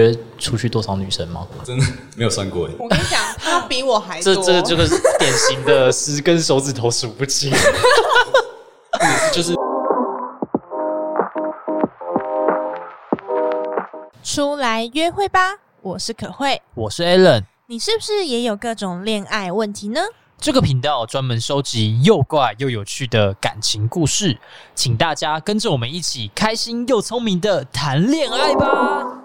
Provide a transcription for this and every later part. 约出去多少女生吗？真的没有算过耶我跟你讲，他比我还这多。这这个是典型的十根手指头数不清，就是出来约会吧，我是可慧。我是 Alan，你是不是也有各种恋爱问题呢？这个频道专门收集又怪又有趣的感情故事，请大家跟着我们一起开心又聪明的谈恋爱吧。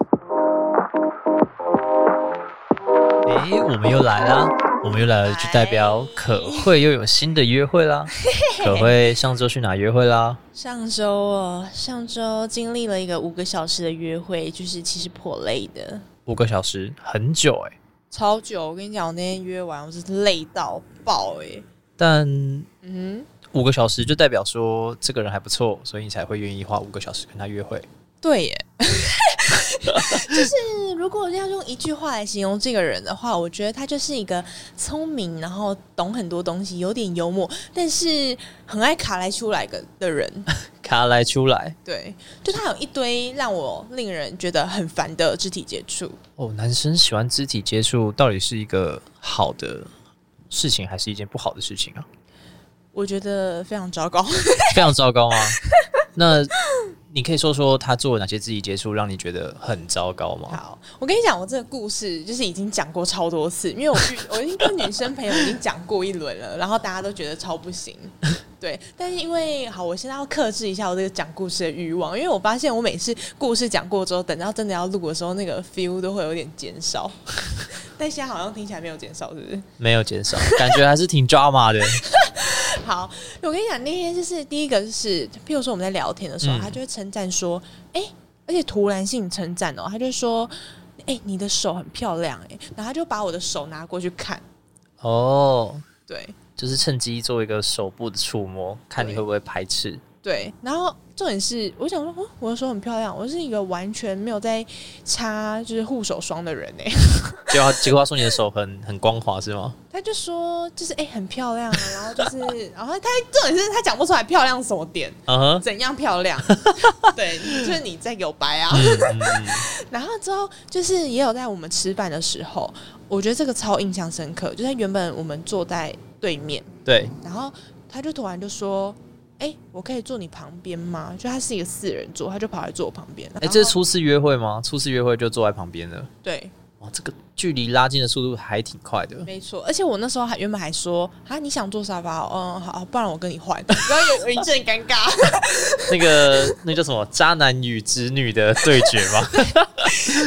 诶，我们又来啦！我们又来了，就代表可慧又有新的约会啦。可慧上周去哪约会啦？上周哦，上周经历了一个五个小时的约会，就是其实颇累的，五个小时，很久诶。超久。我跟你讲，我那天约完，我是累到爆哎、但嗯，五个小时就代表说这个人还不错，所以你才会愿意花五个小时跟他约会。对 耶。就是如果要用一句话来形容这个人的话，我觉得他就是一个聪明，然后懂很多东西，有点幽默，但是很爱卡来出来个的人。卡来出来对，就他有一堆让我令人觉得很烦的肢体接触。哦，男生喜欢肢体接触到底是一个好的事情，还是一件不好的事情啊？我觉得非常糟糕。非常糟糕啊！那你可以说说他做了哪些肢体接触让你觉得很糟糕吗？好，我跟你讲，我这个故事就是已经讲过超多次，因为我遇 我已经跟女生朋友已经讲过一轮了，然后大家都觉得超不行。对，但是因为好，我现在要克制一下我这个讲故事的欲望，因为我发现我每次故事讲过之后，等到真的要录的时候，那个 feel 都会有点减少。 但现在好像听起来没有减少，是不是？没有减少，感觉还是挺 drama 的。好，我跟你讲，那天就是第一个就是，譬如说我们在聊天的时候，嗯他就会称赞说：“哎、而且突然性称赞哦，他就说：‘哎、你的手很漂亮。’哎，然后他就把我的手拿过去看，哦，对就是趁机做一个手部的触摸，看你会不会排斥。对，然后重点是，我想说，哦，我的手很漂亮，我是一个完全没有在擦就是护手霜的人哎，结果他结果他说你的手很很光滑是吗？ 他就说就是哎、很漂亮啊，然后就是然后他重点是他讲不出来漂亮是什么点，嗯哼，怎样 漂亮，对，就是你在有白啊。嗯嗯嗯 然后之后就是也有在我们吃饭的时候，我觉得这个超印象深刻。就是原本我们坐在对面，对，然后他就突然就说：“哎、我可以坐你旁边吗？”就他是一个四人座，他就跑来坐我旁边。哎、然后这是初次约会吗？初次约会就坐在旁边了，对，哇，这个距离拉近的速度还挺快的。没错。而且我那时候还原本还说：“啊，你想坐沙发哦？嗯，好，不然我跟你换。” 然后有有一阵尴尬，那 个那叫什么渣男与直女的对决吗？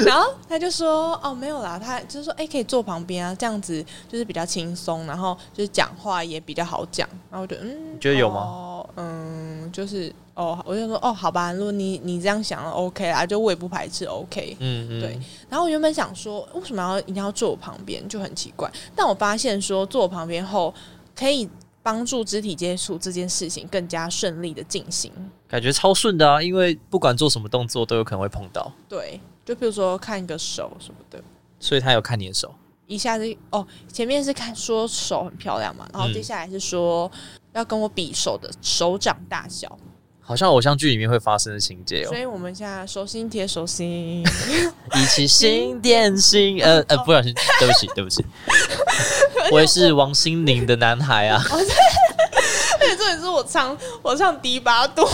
然后他就说：“哦，没有啦，他就是说，哎、可以坐旁边啊，这样子就是比较轻松，然后就是讲话也比较好讲。”然后我就嗯，你觉得有吗哦、嗯，就是哦，我就说哦，好吧，如果你你这样想，OK 啦，就我也不排斥，OK。嗯嗯，对，然后我原本想说，为什么要一定要坐我旁边，就很奇怪。但我发现说，坐我旁边后可以帮助肢体接触这件事情更加顺利的进行。感觉超顺的啊，因为不管做什么动作都有可能会碰到，对，就比如说看个手什么的。所以他有看你的手。一下子哦，前面是看说手很漂亮嘛，然后嗯接下来是说要跟我比手的手掌大小，好像偶像剧里面会发生的情节哦所，以我们现在手心贴 手心，一起心电 心，呃呃，不小心，对不起，对不起，我也是王心凌的男孩 啊，而且这也是我唱我唱低八度，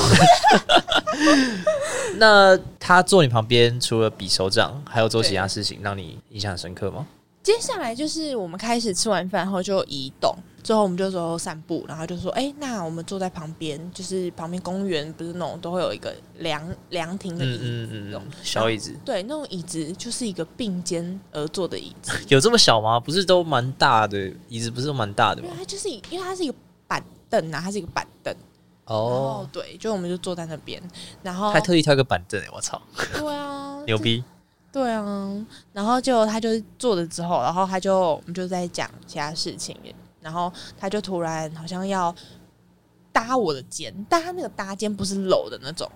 那他坐你旁边，除了比手掌，还有做其他事情让你印象很深刻吗？接下来就是我们开始吃完饭后就移动，最后我们就说散步，然后就说，哎、那我们坐在旁边，就是旁边公园不是那种都会有一个凉凉亭的椅嗯子，嗯嗯那种嗯，小椅子对，那种椅子就是一个并肩而坐的椅子，有这么小吗？不是都蛮大的，椅子不是都蛮大的因吗为？它就是一因为它是一个板凳啊，它是一个板凳。哦哦，，对，就我们就坐在那边，然后还特意挑一个板凳哎，我操，对啊，牛逼！哦对啊，然后就他就坐了之后，然后他就我们就在讲其他事情，然后他就突然好像要搭我的肩，但他那个搭肩不是搂的那种，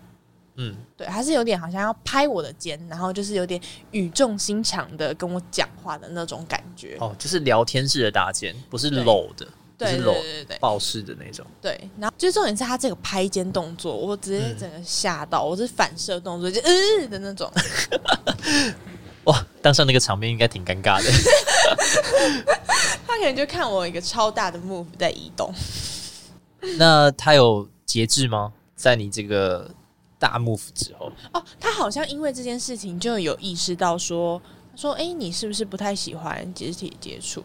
嗯，对，他是有点好像要拍我的肩，然后就是有点语重心长的跟我讲话的那种感觉，哦，就是聊天式的搭肩，不是对搂的，不对是对搂对对对。抱式的那种。对，然后就重点是他这个拍肩动作，我直接嗯整个吓到，我是反射动作，就呃的那种。哇，当上那个场面应该挺尴尬的。 他可能就看我有一个超大的 move 在移动，那他有节制吗？在你这个大 move 之后，哦，他好像因为这件事情就有意识到说，他说：“哎、你是不是不太喜欢肢体接触？”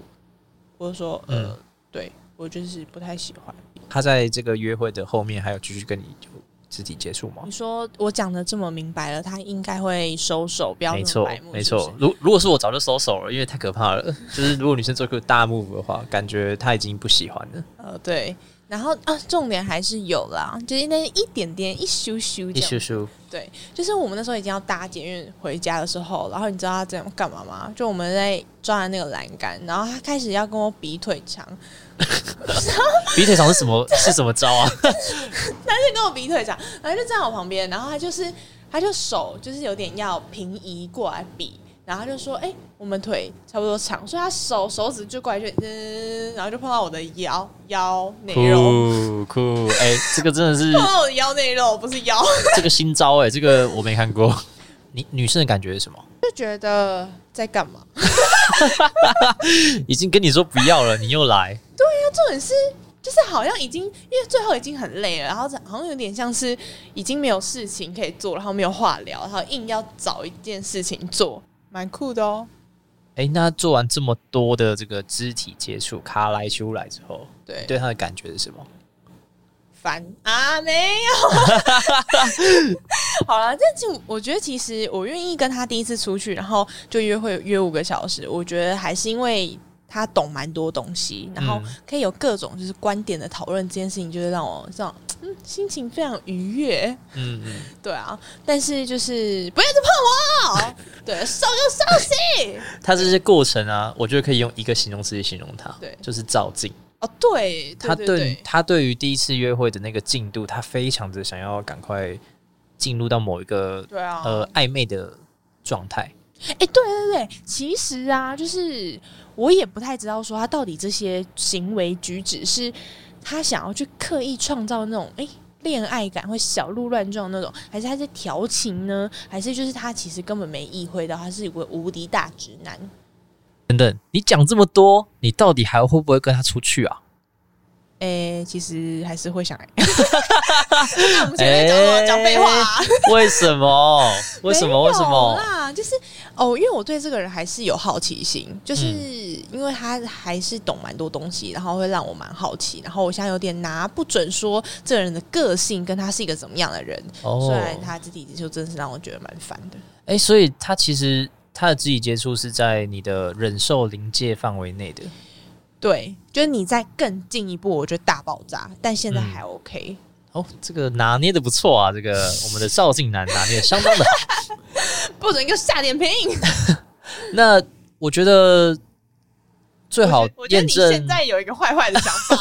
我就说：“呃，嗯对我就是不太喜欢。他在这个约会的后面还有继续跟你有肢体接触”吗你？说我讲的这么明白了，他应该会收手，不要没那么错白目，没是不错是。如如果是我，早就收手了，因为太可怕了。 就是如果女生做个大 move 的话，感觉她已经不喜欢了，呃，对。然后啊，重点还是有啦，就是那一点点一咻咻一这咻样。咻，对，就是我们那时候已经要搭捷运回家的时候，然后你知道他这样干嘛吗？就我们在抓那个栏杆，然后他开始要跟我比腿长，比腿长是什么是什么招 啊？他就跟我比腿长，然后就站我旁边，然后他就是他就手就是有点要平移过来比，然后他就说：“哎、我们腿差不多长，所以他手手指就过来就嗯，然后就碰到我的腰腰内酷肉，酷，哎、这个真的 是碰到我的腰内肉，不是腰。” 这个新招哎、这个我没看过。你女生的感觉是什么？就觉得在干嘛？ 已经跟你说不要了，你又来，那重点是，就是好像已经因为最后已经很累了，然后好像有点像是已经没有事情可以做，然后没有话聊，然后硬要找一件事情做，蛮酷的哦。哎、那做完这么多的这个肢体接触，卡来修来之后，对你对她的感觉是什么？烦啊，没有。 好了，但就我觉得，其实我愿意跟他第一次出去，然后就约会约五个小时，我觉得还是因为他懂蛮多东西，然后嗯可以有各种就是观点的讨论，这件事情就是让我这样，嗯，心情非常愉悦。嗯嗯，对啊，但是就是不要一直碰我，哦对，收就收起。她这些过程啊，我觉得可以用一个形容词去形容她，对就是照镜。哦，对，她对对对她对于第一次约会的那个进度，她非常的想要赶快进入到某一个对啊，呃暧昧的状态。哎、对对对，其实啊，就是我也不太知道说他到底这些行为举止是他想要去刻意创造那种哎恋、爱感，会小鹿乱撞那种，还是他在调情呢？还是就是他其实根本没意会到他是一个无敌大直男？等等，你讲这么多，你到底还会不会跟她出去啊？ 哎、其实还是会想哎、 那我们前面讲什么讲废话、啊？为什么？为什么？为什没有么？啦，就是哦，因为我对这个人还是有好奇心，就是嗯因为他还是懂蛮多东西，然后会让我蛮好奇，然后我现在有点拿不准说这个人的个性跟他是一个怎么样的人。虽然他肢体接触真是让我觉得蛮烦的，哎、哦所以他其实他的肢体接触是在你的忍受临界范围内的。对，就是你再更进一步，我觉得大爆炸，但现在嗯还 OK。哦，这个拿捏的不错啊，这个我们的赵静南拿捏得相当的好。 不准给我下点评，那我觉得最好我觉得验你证现。在有一个坏坏的想 法，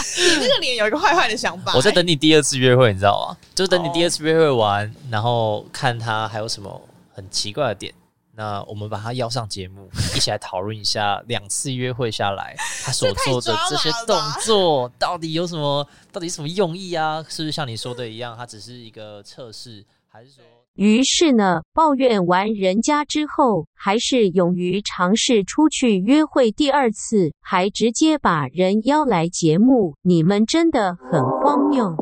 你这个脸有一个坏坏的想法、我在等你第二次约会，你知道吗？就等你哦第二次约会完，然后看他还有什么很奇怪的点。那我们把他邀上节 目，一起来讨论一下两次约会下来他所这太做的抓马这些了动吧作到底有什么，到底是什么用意啊？是不是像你说的一样，它只是一个测试，还是说？于是呢，抱怨完人家之后，还是勇于尝试出去约会第二次，还直接把人邀来节目，你们真的很荒谬。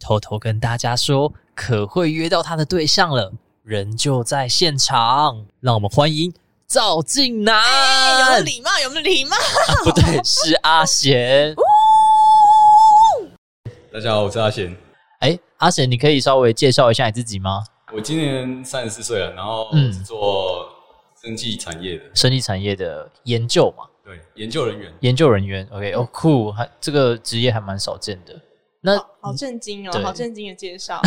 偷偷跟大家说，可会约到他的对象了，人就在现场。让我们欢迎赵静南。哎、有没有礼貌？有没有礼貌？不对，是阿贤。大家好，我是阿贤，哎，阿贤，你可以稍微介绍一下你自己吗？我今年三十四岁了，然后我嗯是做生技产业的，生技产业的研究嘛，对，研究人员。研究人员。OK，哦，酷，还这个职业还蛮少见的。那好震惊嗯哦对，好震惊的 介绍。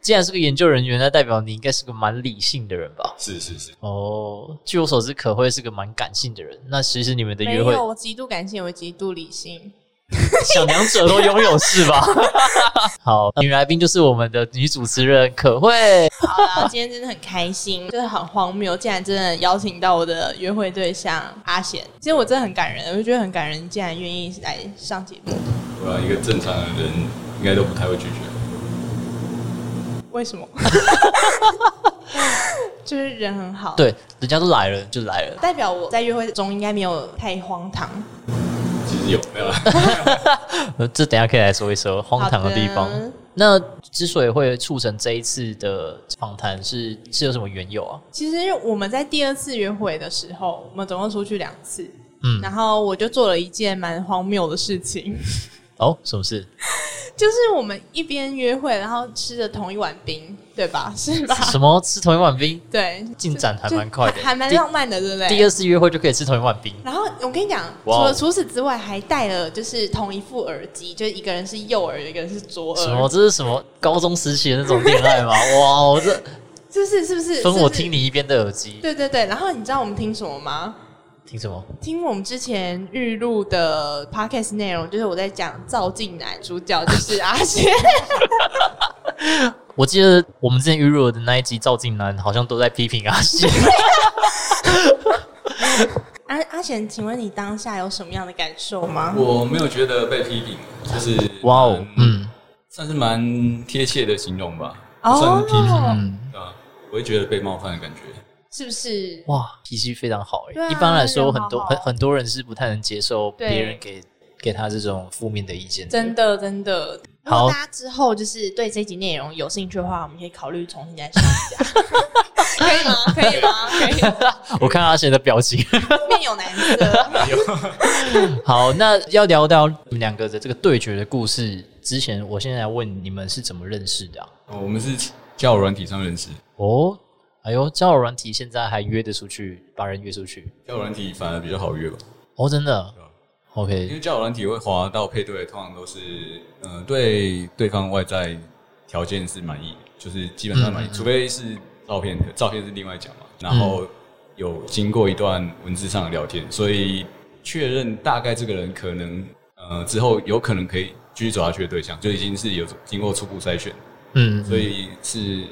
既然是个研究人员，那代表你应该是个蛮理性的人吧？是是是，哦，据我所知，可会是个蛮感性的人。那其实你们的没约会有，我极度感性，我极度理性。想两者都拥有是吧？ 好，女来宾就是我们的女主持人可慧。好啦，今天真的很开心， 真的很荒谬，竟然真的邀请到我的约会对象阿贤。其实我真的很感人，我就觉得很感人，你竟然愿意来上节目。不然一个正常的人应该都不太会拒绝。为什么？ 就是人很好，，对，人家都来了就来了，代表我在约会中应该没有太荒唐。其实有没有啦？ 呃这等一下可以来说一说荒唐的地好方的。那之所以会促成这一次的访谈是，是有什么缘由啊？其实我们在第二次约会的时候，我们总共出去两次，嗯然后我就做了一件蛮荒谬的事情，哦，什么 事？就是我们一边约会，然后吃着同一碗冰，对 吧？是吧？什么吃同一碗冰？对，进展还就蛮快的还还蛮第浪漫的，对不对？第二次约会就可以吃同一碗冰，然后我跟你讲，除哇哦了除此之外，还戴了就是同一副耳机，就是一个人是右耳，一个人是左什么？耳，这是什么高中时期的那种恋爱 吗？哇，我这就是是不是？分我是不是听。你一边的耳机，对对对，然后你知道我们听什么吗？听什么？听我们之前预录的 podcast 内容，就是我在讲赵静南主角就是阿杰，我记得我们之前预录的那一集，赵静南好像都在批评阿信。 阿阿贤，请问你当下有什么样的感受吗？我没有觉得被批评，就是 哇哦，嗯，嗯算是蛮贴切的形容吧，哦不算是批评，嗯，对吧？我会觉得被冒犯的感觉。是不是？哇，脾气非常好哎、对啊一般来说，人好很多好很很多人是不太能接受对别人给给他这种负面的意见的。真的真的。哦如好果大家之后就是对这集内容有兴趣的话，我们可以考虑重新再试一下， 可以吗？可以吗？可以，我看阿贤的表情。 面有难色。好，那要聊到你们两个的这个对决的故事之前，我现在来问你们是怎么认识的啊？哦我们是交友软体上认识，哦，哎呦，交友软体现在还约得出去，把人约出去？交友软体反而比较好约吧，哦，真的对啊因？OK，为交友软体会滑到配对，通常都是嗯、呃对对方外在条件是满意，就是基本上满嗯意，嗯嗯嗯除非是照片，照片是另外讲嘛。然后有经过一段文字上的聊天，所以确认大概这个人可能呃之后有可能可以继续走下去的对象，就已经是有经过初步筛选，嗯，所以是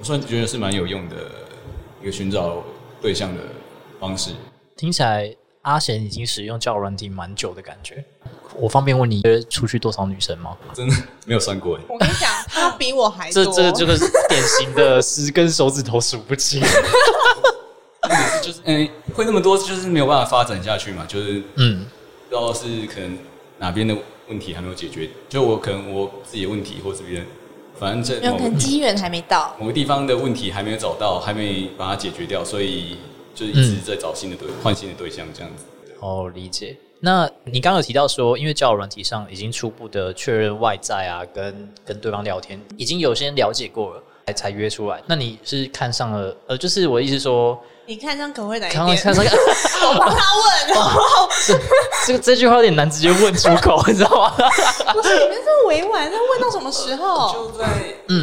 我算觉得是蛮有用的一个寻找对象的方式。听起来阿贤已经使用交友软体蛮久的感觉。我方便问你约出去多少女生吗？真的没有算过耶，欸我跟你讲，他比我还这多。这个这个是典型的十根手指头数不清。就是嗯，会那么多就是没有办法发展下去嘛，就是嗯，不知道是可能哪边的问题还没有解决，就我可能我自己的问题或是别人，反正这因为某可能机缘还没到。某个地方的问题还没有找到，还没把它解决掉，所以就是一直在找新的对换新的对象这样子。哦，理解。那你刚刚有提到说，因为交友软体上已经初步的确认外在啊，跟跟对方聊天，已经有先了解过了，才才约出来。那你是看上了，呃，就是我的意思说，哎你看上口会哪一看上点？看上 我帮他问，哦好不好？这个这句话有点难直接问出口，你知道吗？ 不是你们这委婉，那问到什么时候？就在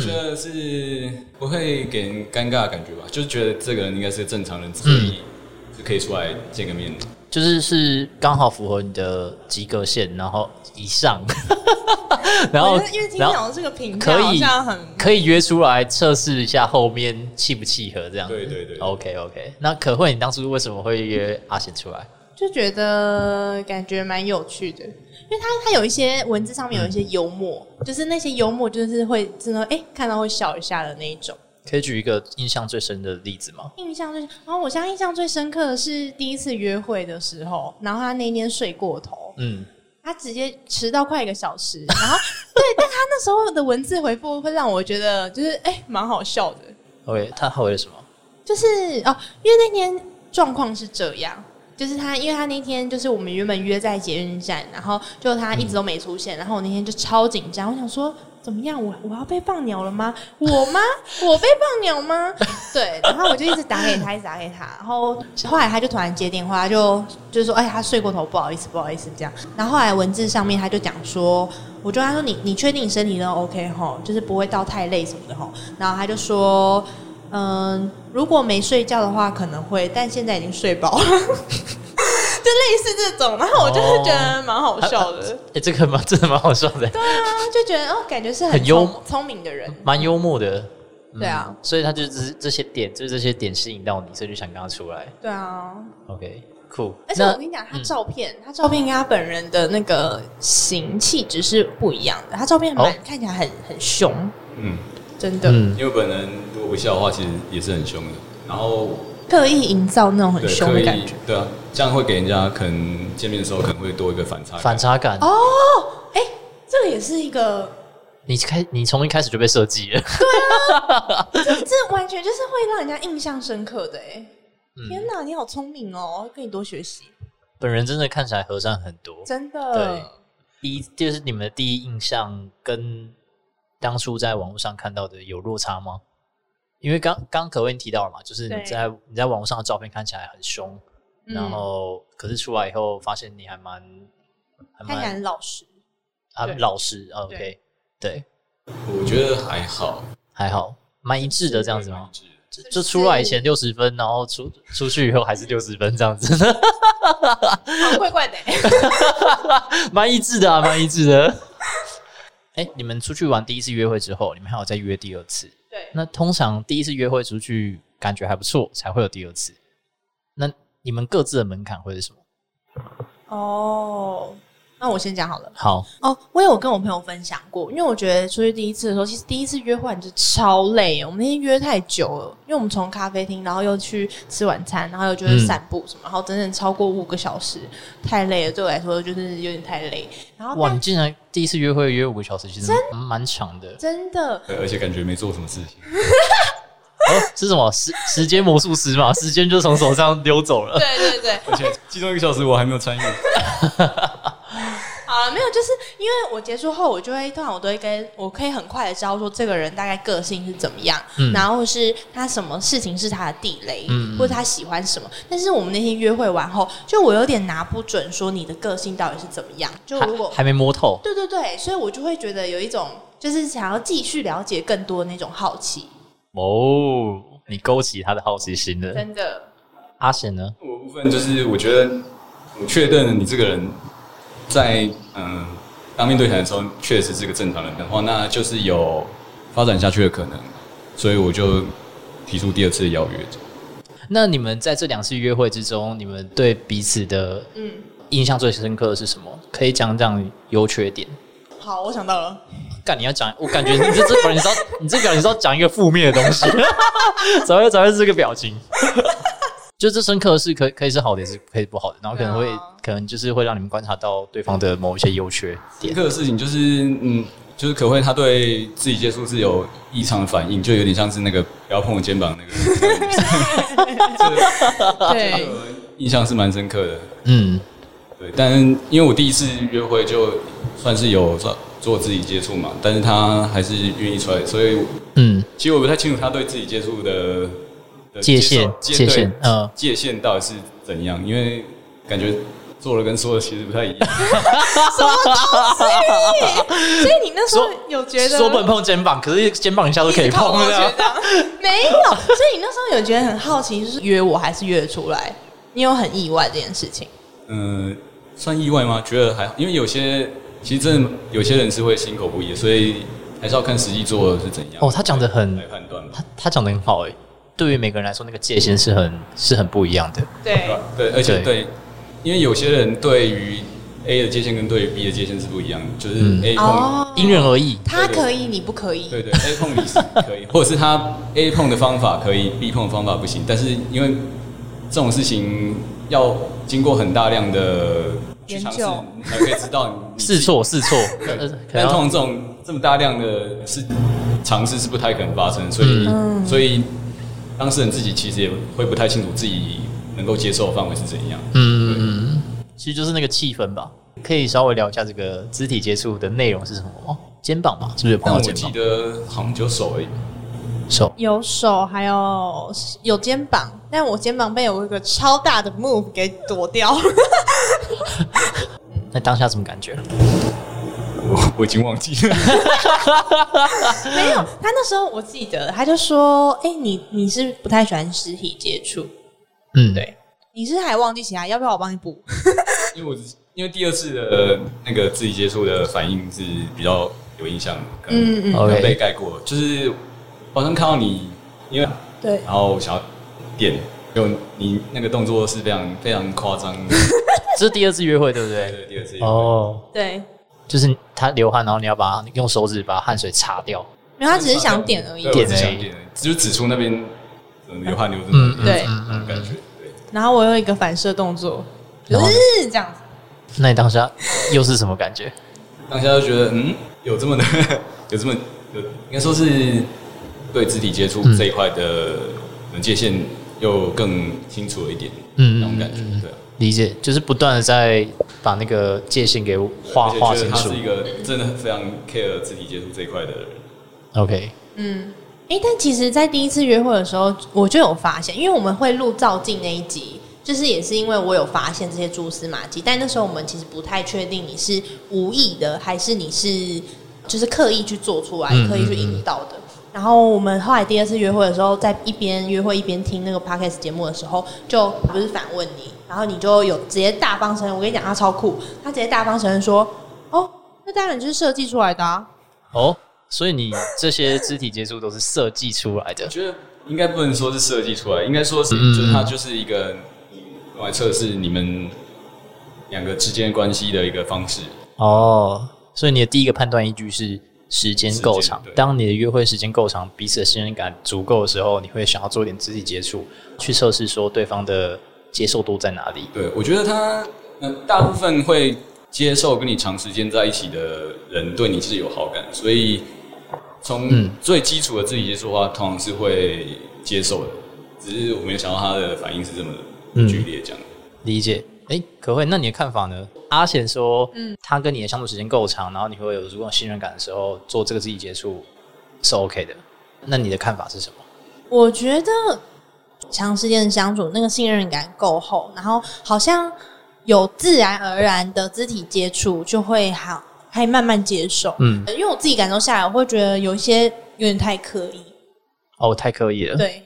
觉得是不会给人尴尬的感觉吧，就是觉得这个人应该是个正常人，所以就可以出来见个面。就是是刚好符合你的及格线，然后以上， 然我后觉得哦因为听然讲后的这个评价可好以像很可以约出来测试一下后面契不契合这样。对对对 OK OK，那可慧，你当初为什么会约阿贤出来？就觉得感觉蛮有趣的，因为他他有一些文字上面有嗯一些幽默，就是那些幽默就是会真的哎、诶看到会笑一下的那一种。可以举一个印象最深的例子吗？印象最，然后我现在印象最深刻的是第一次约会的时候，然后他那一天睡过头，嗯，他直接迟到快一个小时，然后 对，但他那时候的文字回复会让我觉得就是哎蛮、好笑的， OK，他回了什么？就是哦，因为那天状况是这样，就是他，因为他那天就是我们原本约在捷运站，然后就他一直都没出现，然后我那天就超紧张，我想说怎么样，我我要被放鸟了吗？我吗？ 我被放鸟吗？对，然后我就一直打给他，一直打给他，然后后来他就突然接电话，就就是说，哎，他睡过头，不好意思，不好意思，这样。然后后来文字上面他就讲说，我就跟他说你你确定你身体都 OK 吼，就是不会到太累什么的吼。然后他就说，嗯，如果没睡觉的话可能会，但现在已经睡饱了，就 类似这种。然后我就是觉得蛮好笑的，哎、这个蛮真的蛮好笑的，啊，就觉得哦，感觉是很很幽聪聪明的人，蛮幽默的。嗯对啊，所以他就只是这些点，就是这些点吸引到你，所以就想跟他出来。对啊。 OK，酷。而且我那跟你讲，他嗯照片，他照片跟他本人的那个型气质是不一样的。他照片蛮、哦看起来很很凶，嗯，真的、嗯，因为本人如果不笑的话，其实也是很凶的。然后刻意营造那种很对凶刻的意感觉。对啊，这样会给人家可能见面的时候可能会多一个反差感。反差感。哦，哎、这个也是一个，你开你从一开始就被设计了， 这完全就是会让人家印象深刻的哎、天嗯，哪，你好聪明哦，跟你多学习，本人真的看起来和善很多。真对的。第一就是你们的第一印象跟当初在网络上看到的有落差吗？因为刚刚可温提到了嘛，就是你对在你在网络上的照片看起来很凶，嗯然后可是出来以后发现你还蛮还看起来蛮很老实，对很老实啊对，OK，对，我觉得还好，还好，蛮一致的这样子吗？对？就是就出来以前六十分，然后出出去以后还是六十分这样子， 好怪怪的、欸。蛮一致的啊，蛮一致的。 哎、你们出去玩第一次约会之后，你们还有再约第二次？对，那通常第一次约会出去感觉还不错，才会有第二次。那你们各自的门槛会是什么？哦，那我先讲好了。好，哦，我有跟我朋友分享过，因为我觉得出去第一次的时候，其实第一次约会你就超累。我们那天约太久了，因为我们从咖啡厅，然后又去吃晚餐，然后又就是嗯散步什么，然后整整超过五个小时，太累了。对我来说就是有点太累。然后哇，但你竟然第一次约会约五个小时，其实蛮蛮长的。真的， 对而且感觉没做什么事情。哦，是什么时时间魔术师嘛？时间就从手上溜走了。对对对，而且其中一个小时我还没有参与，啊，没有，就是因为我结束后，我就会通常我都会跟我可以很快的知道说这个人大概个性是怎么样，嗯然后是他什么事情是他的地雷，嗯嗯或者他喜欢什么。但是我们那天约会完后，就我有点拿不准说你的个性到底是怎么样。 就如果还还没摸透，对对对，所以我就会觉得有一种就是想要继续了解更多的那种好奇，哦，你勾起他的好奇心了。真的。阿贤呢？我部分就是我觉得我确认了你这个人在嗯当面对谈的时候确实是个正常人的话，那就是有发展下去的可能，所以我就提出第二次邀约。那你们在这两次约会之中，你们对彼此的嗯，印象最深刻的是什么？可以讲讲优缺点。好，我想到了。干，你要讲，我感觉你这这表情是要，你这表情是要讲一个负面的东 西，才会才会是这个表情。就这深刻的是可以可以是好的，也是可以不好的，然后可能会、对啊可能就是会让你们观察到对方的某一些优缺第点。二个事情就是嗯。就是可慧，她对自己接触是有异常的反应，就有点像是那个不要碰我肩膀那个。呃对， 印象是蛮深刻的。嗯，对，但因为我第一次约会就算是有做做自己接触嘛，但是他还是愿意出来，所以嗯，其实我不太清楚他对自己接触的的界接限受界限，对嗯，界限到底是怎样，因为感觉做了跟说的其实不太一样。所以你那时候说有觉得说不能碰肩膀，可是肩膀以下都可以碰我的啊。 没有，所以你那时候有觉得很好奇，就是约我还是约得出来？你有很意外这件事情？嗯、算意外吗？觉得还好，因为有些其实真的有些人是会心口不一的，所以还是要看实际做的是怎样。哦，他讲的很来，判断吧。他他讲的很好诶、对于每个人来说，那个界限是很是很不一样的。对对，而且对对，因为有些人对于 A 的界限跟对于 B 的界限是不一样的，就是嗯 A 碰，哦，因人而异，他可以，你不可以，对对，A 碰你是可 以，或者是他 A 碰的方法可以，B 碰的方法不行，但是因为这种事情要经过很大量的去尝试研究，你才可以知道你试。错试错，对呃可但能通要常这种这么大量的是尝试是不太可能发生的，所以、嗯所以当事人自己其实也会不太清楚自己能够接受的范围是怎样。嗯嗯嗯，其实就是那个气氛吧。可以稍微聊一下这个肢体接触的内容是什么吗？肩膀嘛，是不是有碰但到我肩记膀？得好像就手而已。手有手，还有有肩膀，但我肩膀被有一个超大的 move 给躲 掉。那当下什么感觉？我我已经忘记了。没有，他那时候我记得，他就说：“哎、你你是不太喜欢肢体接触，嗯，对，你是还忘记其他，要不要我帮你补 因为我只因为第二次的那个自己接触的反应是比较有印象的，？”可能嗯嗯，可能被 OK，盖过。就是我好像看到你，因为对，然后我想要点，就你那个动作是非常非常夸张的。这是第二次约会，对不对？对，第二次。哦，哦，对，就是他流汗，然后你要把用手指把汗水擦掉，没有，他只是想点而已对，。我点只而想已点而已，就指出那边呃流汗流这嗯么嗯多对嗯那嗯种感嗯。觉。对然后我有一个反射动作，就然后呢是这样子。那你当下又是什么感觉？当下就觉得，嗯，有这么的， 有这么，有应该说是对肢体接触这一块的呃界限又更清楚了一点，嗯嗯那种感觉嗯嗯嗯，对啊。理解，就是不断的在把那个界限给画而且画觉得清他楚是。一个真的非常 care 肢体接触这一块的人。 OK，嗯，哎、但其实，在第一次约会的时候，我就有发现，因为我们会录照镜那一集，就是也是因为我有发现这些蛛丝马迹，但那时候我们其实不太确定你是无意的，还是你是就是刻意去做出来、嗯刻意去引导的。然后我们后来第二次约会的时候，在一边约会一边听那个 podcast 节目的时候，就不是反问你，然后你就有直接大方承认，我跟你讲，他超酷，他直接大方承认说，哦，那当然就是设计出来的啊。哦，所以你这些肢体接触都是设计出来的我。觉得应该不能说是设计出来，应该说是嗯就是它就是一个用来测试你们两个之间关系的一个方式。哦，所以你的第一个判断依据是时间够长时间。对当你的约会时间够长，彼此的信任感足够的时候，你会想要做点肢体接触，去测试说对方的接受度在哪里。对，我觉得他嗯、大部分会接受跟你长时间在一起的人对你是有好感，所以从嗯最基础的自己接触的话，通常是会接受的。只是我没有想到他的反应是这么嗯剧烈，这样。理解。哎，可慧，那你的看法呢？阿贤说，嗯，他跟你的相处时间够长，然后你会有足够的信任感的时候，做这个肢体接触是 OK 的。那你的看法是什么？我觉得长时间的相处，那个信任感够厚，然后好像有自然而然的肢体接触，就会好，可以慢慢接受。嗯，因为我自己感受下来，我会觉得有一些有点太刻意。哦，太刻意了。对，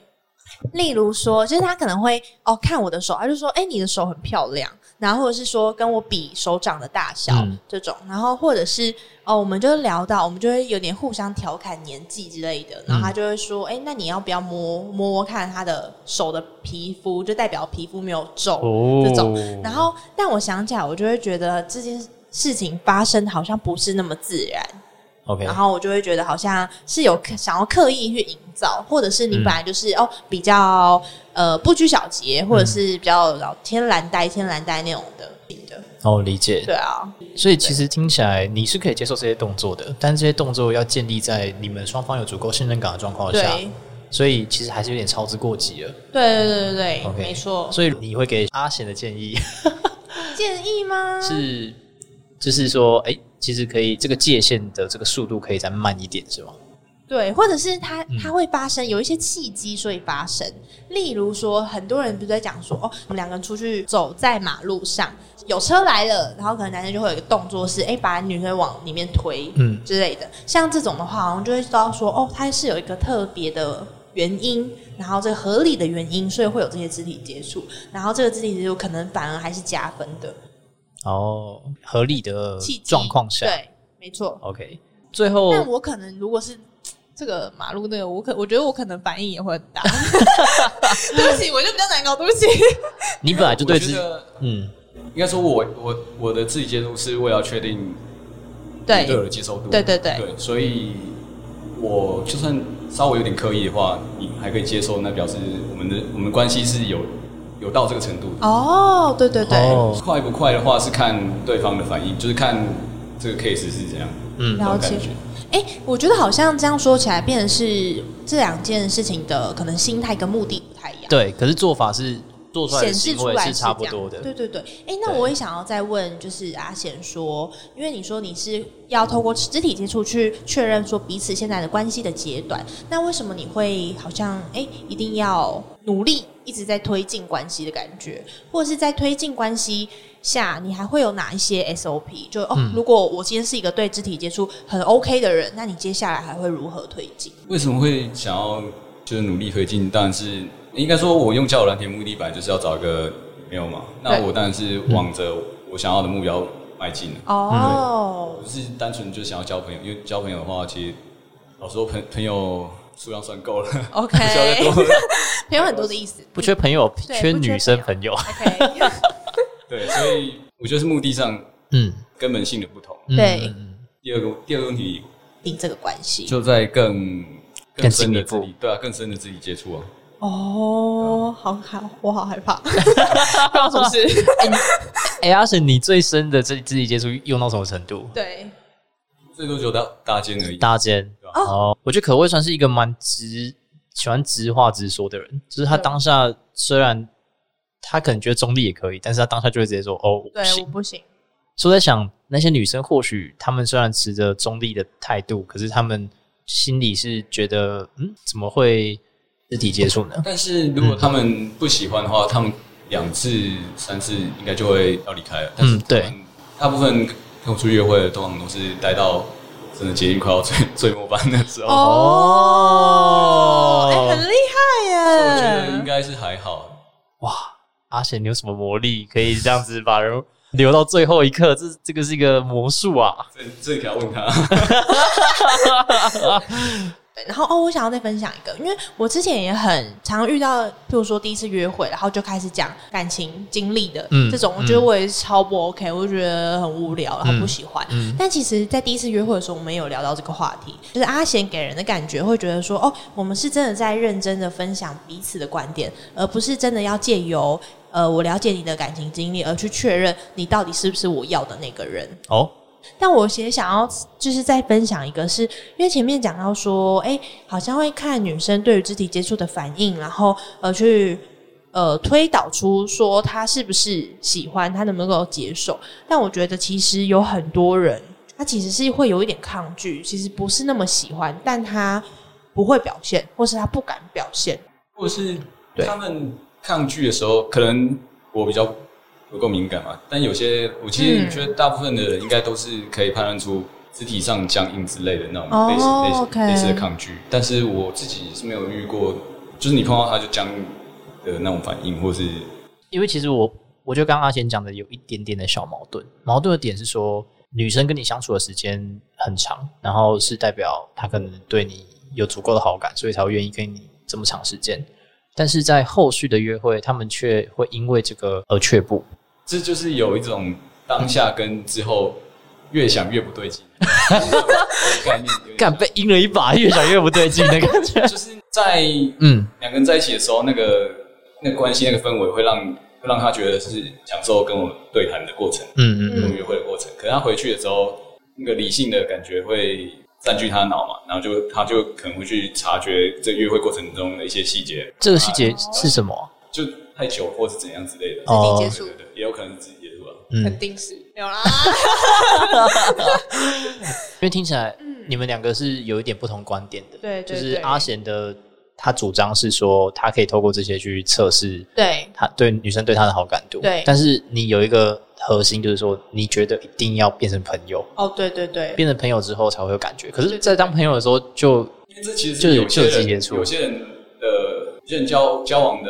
例如说，就是他可能会哦看我的手，他就说：“哎、你的手很漂亮。”然后或者是说跟我比手掌的大小、嗯这种，然后或者是哦，我们就聊到，我们就会有点互相调侃年纪之类嗯的，然后他就会说：“哎、那你要不要摸摸摸看他的手的皮肤，就代表皮肤没有皱、哦，这种。”然后，但我想起来，我就会觉得这件事情发生好像不是那么自然。 OK，然后我就会觉得好像是有刻想要刻意去营造，或者是你嗯本来就是、哦比较呃不拘小节，或者嗯是比较老天蓝呆天蓝呆那种的。哦，理解。对啊，所以其实听起来你是可以接受这些动作的，但这些动作要建立在你们双方有足够信任感的状况对嗯下，所以其实还是有点操之过急了。对对对对对 OK 没错。所以你会给阿贤的建 议建议吗？是，就是说，哎、其实可以这个界限的这个速度可以再慢一点，是吗？对，或者是它嗯它会发生有一些契机，所以发生。例如说，很多人不是在讲说，哦，我们两个人出去走在马路上，有车来了，然后可能男生就会有一个动作是，哎、把女生往里面推，嗯之类的。像这种的话，好像就会知道说，哦，它是有一个特别的原因，然后这个合理的原因，所以会有这些肢体接触，然后这个肢体接触可能反而还是加分的哦，合理的契机呃状况下对，没错。 ，OK。最后，但我可能如果是这个马路那个，我可我觉得我可能反应也会很 大。对不起，我就比较难搞，对不起。你本来就对我自觉己，得嗯，应该说我，我我的自己接触是为了确定对你对我的接受度，对对对对，所以我就算稍微有点刻意的话，你还可以接受，那表示我们的我们关系是有有到这个程度的。哦，对对对，哦，快不快的话是看对方的反应，就是看这个 case 是怎样，嗯那了种解感觉。哎、我觉得好像这样说起来，变成是这两件事情的可能心态跟目的不太一样，对。可是做法是做出来的显示行出为来是这差不样多的，对对对，哎、那对我也想要再问，就是阿贤说，因为你说你是要透过肢体接触去确认说彼此现在的关系的阶段，那为什么你会好像哎、一定要努力一直在推进关系的感觉，或者是在推进关系下，你还会有哪一些 SOP？就哦，嗯如果我今天是一个对肢体接触很 OK 的人，那你接下来还会如何推进？为什么会想要就是努力推进？当然是应该说，我用交友软体的目的本来就是要找一个女朋友嘛。那对我当然是往着我想要的目标迈进嗯的。哦我，是单纯就想要交朋友，因为交朋友的话，其实老实说，朋朋友数量算够了 OK 不 需要再多了。朋友很多的意思。不缺朋友，对缺不缺女生朋朋友。 OK，对，所以我觉得是目的上嗯，根本性的不同。嗯对嗯嗯第二个第二个问题，定这个关系。就在更更深进一的步自己，对啊，更深的自己接触啊。哦，好害，我好害怕。不知道什么 事。 哎、阿神，你最深的自自己接触用到什么程度？对，最多就搭搭肩而已。搭肩对啊哦，我觉得可慧算是一个蛮直，喜欢直话直说的人。就是他当下虽然他可能觉得中立也可以，但是他当下就会直接说：“哦，我不对，我行。不行。”所以我在想，那些女生或许她们虽然持着中立的态度，可是她们心里是觉得：“嗯，怎么会肢体接触 呢但是如果他们不喜欢的话，他们两次、三次应该就会要离开了。但是嗯对他们，大部分跟我出去约会的，通常都是待到真的接近快要最 最末班的时候。哦，哎，很厉所以我觉得害应耶！该是还好。？”阿神，你有什么魔力可以这样子把人留到最后一刻？这这个是一个魔术啊！这这你要问他，对然后哦，我想要再分享一个，因为我之前也很常遇到，譬如说第一次约会，然后就开始讲感情经历的嗯这种，我觉得我也是超不 OK，我就觉得很无聊，然后不喜欢。嗯但其实，在第一次约会的时候，我们也有聊到这个话题，就是阿贤给人的感觉会觉得说，哦，我们是真的在认真的分享彼此的观点，而不是真的要借由呃我了解你的感情经历而去确认你到底是不是我要的那个人。哦，但我也想要就是再分享一个是，因为前面讲到说，哎、好像会看女生对于肢体接触的反应，然后呃去呃推导出说她是不是喜欢，她能不能够接受。但我觉得其实有很多人，他其实是会有一点抗拒，其实不是那么喜欢，但他不会表现，或是他不敢表现。或是他们抗拒的时候，可能我比较不够敏感嘛。但有些我其实嗯觉得大部分的人应该都是可以判断出肢体上僵硬之类的那种类似、哦类似 OK 类似的抗拒。但是我自己是没有遇过，就是你碰到他就僵硬的那种反应，或是因为其实我我觉得刚刚阿贤讲的有一点点的小矛盾，矛盾的点是说女生跟你相处的时间很长，然后是代表她可能对你有足够的好感，所以才会愿意跟你这么长时间。但是在后续的约会，他们却会因为这个而却步。这就是有一种当下跟之后越想越不对劲。概念有点干 像被阴了一把，越想越不对劲的感 觉。就是在嗯，两个人在一起的时候，那个那个关系、那个氛围会让会让他觉得是享受跟我对谈的过程，嗯嗯跟我约会的过程。可是他回去的时候，那个理性的感觉会占据他脑嘛，然后就他就可能会去察觉这约会过程中的一些细节，这个细节是什么啊？就太久或是怎样之类的。哦自己接对触对对，也有可能是自己接触啊。嗯肯，定是没有啦。 因为听起来你们两个是有一点不同观点的。嗯对对就是对阿贤的他主张是说，他可以透过这些去测试 对他对女生对他的好感度。对但是你有一个核心，就是说你觉得一定要变成朋友，哦，对对对，变成朋友之后才会有感觉。可是，在当朋友的时候就因为这其实就是有些就有自己接人触有些人的有些人交交往的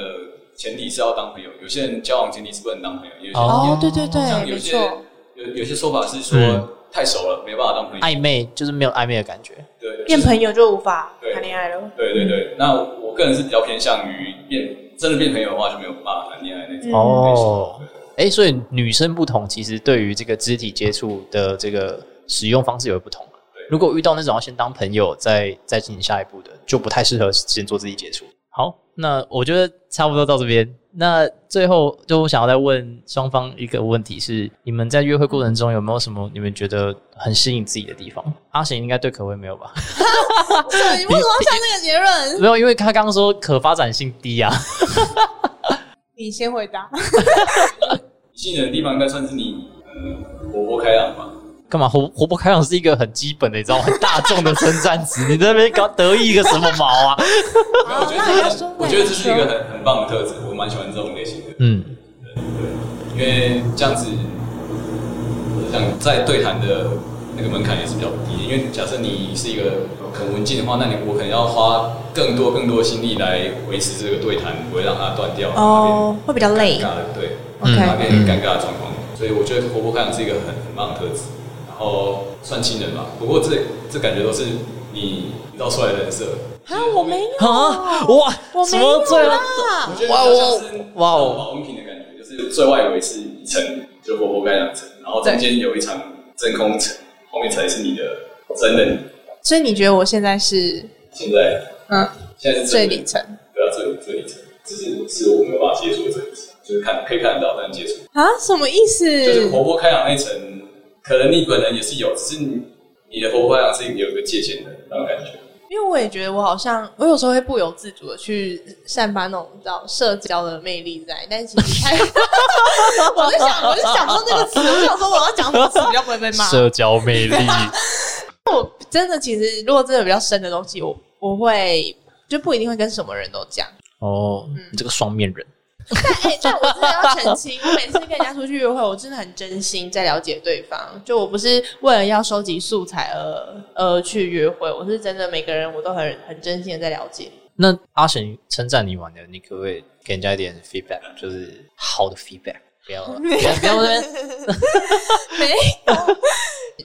前提是要当朋友，有些人交往前提是不能当朋友，有些人哦，对对对像，有没些错。有有些说法是说、嗯太熟了，没办法当朋友。暧昧，就是没有暧昧的感觉。对，哎变就是朋友就无法对谈恋爱了。对对对，那我个人是比较偏向于变真的变朋友的话，就没有办法谈恋爱嗯那种。哦，哎，所以女生不同，其实对于这个肢体接触的这个使用方式也会不同。如果遇到那种要先当朋友再再进行下一步的，就不太适合先做自己接触。好，那我觉得差不多到这边。那最后就我想要再问双方一个问题是：你们在约会过程中有没有什么你们觉得很吸引自己的地方？阿贤应该对可慧没有吧？对你为什么要下这个结论？没有，因为他刚刚说可发展性低啊。你先回答。吸引人的地方应该算是你呃活泼开朗吧。干嘛活活泼开朗是一个很基本的，你知道吗？很大众的称赞词，你在那边搞得意一个什么毛啊？没有，我觉得哦那这你是说我觉得这是一个很很棒的特质，我蛮喜欢这种类型的，嗯，因为这样子，像在对谈的那个门槛也是比较低。因为假设你是一个很文静的话，那你我可能要花更多更多心力来维持这个对谈，不会让它断掉。哦，会比较累尴。尬的，对， OK 把它变成尴尬的状况。所以我觉得活泼开朗是一个很很棒的特质，然后算亲人吧。不过这这感觉都是你营造出来的人设，啊，我没有，啊，哇，我什没么啊有最我啦。觉得哇比较像哦哇是那种哦，保温瓶的感觉，就是最外围是一层，就活泼开朗层，然后中间有一场真空层，后面才是你的真的你。所以你觉得我现在是现在嗯现在是最最里层对啊，最最里层，只是是我没有办法接触的这一层，就是看可以看得到，但接触啊？什么意思？就是活泼开朗那一层，可能你本人也是有，只是你你的活泼开朗是有一个界限的那种感觉。因为我也觉得我好像，我有时候会不由自主的去散发那种你知道社交的魅力在，但其实 太，我在想，我就想说这个词，我想说我要讲什么词比较不会被 骂。社交魅力，我真的其实如果真的比较深的东西，我我会就不一定会跟什么人都讲。 哦，你这个双面人， 哎、但我真的要澄清，我每次跟人家出去约会，我真的很真心在了解对方。就我不是为了要收集素材而而去约会，我是真的每个人我都很很真心的在了解。那阿神称赞你完了，你可不可以给人家一点 feedback，就是好的 feedback？不要，不要，不要 在那边没有，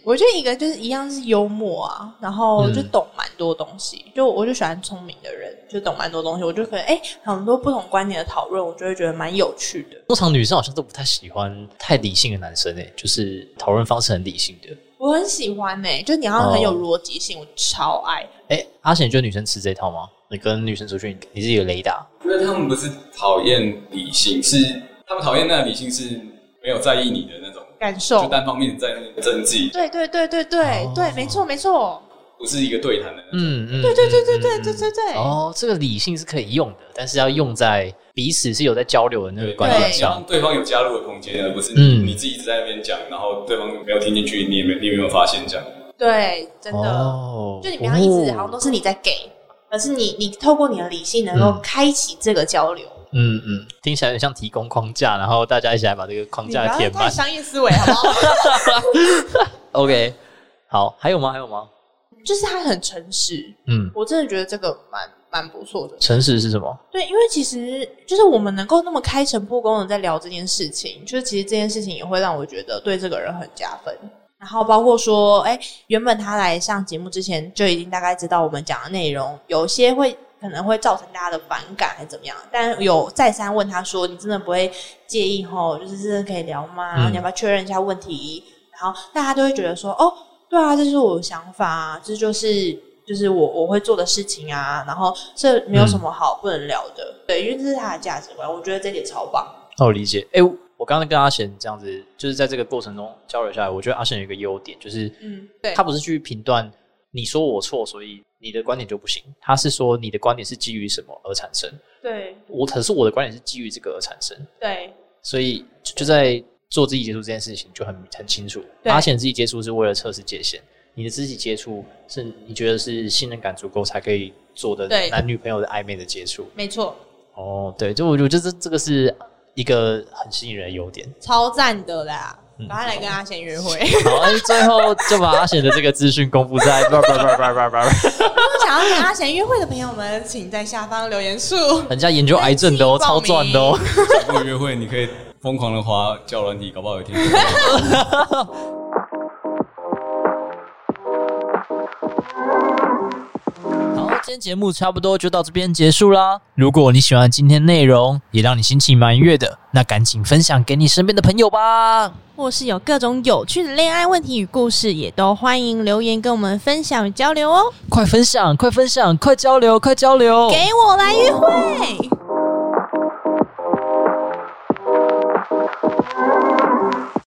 我觉得一个就是一样是幽默啊，然后就懂蛮多东西。就我就喜欢聪明的人，就懂蛮多东西。我就可能哎、很多不同观点的讨论，我就会觉得蛮有趣的。通常女生好像都不太喜欢太理性的男生诶、就是讨论方式很理性的。我很喜欢呢、就你要很有逻辑性，我超爱。哎、阿神，你觉得女生吃这一套吗？你跟女生出去，你自己有雷达因为他们不是讨厌理性，是他们讨厌那个理性是没有在意你的那种，感就受。单方面在那争自己，对对对对对、哦对，没错没错，不是一个对谈的那种。嗯嗯，对对对对对对对对。哦，这个理性是可以用的，但是要用在彼此是有在交流的那个对，观对点然上后。对方有加入的空间，而不是嗯你自己一直在那边讲，然后对方没有听进去，你也没你也没有发现这样。对，真的，哦，就你不要一直好像都是你在给，而是你你透过你的理性能够嗯开启这个交流。嗯嗯，听起来有点像提供框架，然后大家一起来把这个框你不要架填太满。商业思维好不好？ OK，好，还有吗？还有吗？就是他很诚实，嗯，我真的觉得这个蛮蛮不错的。诚实是什么？对，因为其实就是我们能够那么开诚布公的在聊这件事情，就是其实这件事情也会让我觉得对这个人很加分。然后包括说，哎，原本他来上节目之前就已经大概知道我们讲的内容，有些会可能会造成大家的反感还是怎么样，但有再三问他说，你真的不会介意吼，就是真的可以聊吗？嗯你要不要确认一下问题？然后大家都会觉得说，哦，对啊，这就是我的想法啊，这就是就是我我会做的事情啊，然后这没有什么好不能聊的，对，因为这是他的价值观，我觉得这点超棒。那我理解。哎、我刚刚跟阿贤这样子，就是在这个过程中交流下来，我觉得阿贤有一个优点，就是嗯，对他不是去评断你说我错，所以你的观点就不行，他是说你的观点是基于什么而产生。对我可是我的观点是基于这个而产生，对所以就就在做肢体接触这件事情就很很清楚。对阿贤肢体接触是为了测试界限，你的肢体接触是你觉得是信任感足够才可以做的对男女朋友的暧昧的接触。没错，哦，对，就我觉得这这个是一个很吸引人的优点。超赞的啦！嗯赶快来跟阿贤约会。 好，哎，最后就把阿贤的这个资讯公布在 叭叭叭叭叭叭，如果想要跟阿贤约会的朋友们，请在下方留言处。人家研究癌症 的哦，超赚的哦。想不约会，你可以疯狂的滑交友软体，搞不好有一天就会。好，今天节目差不多就到这边结束啦。如果你喜欢今天内容，也让你心情蛮愉悦的，那赶紧分享给你身边的朋友吧。或是有各种有趣的恋爱问题与故事，也都欢迎留言跟我们分享与交流哦。哦快分享，快分享，快交流，快交流！给我来约会。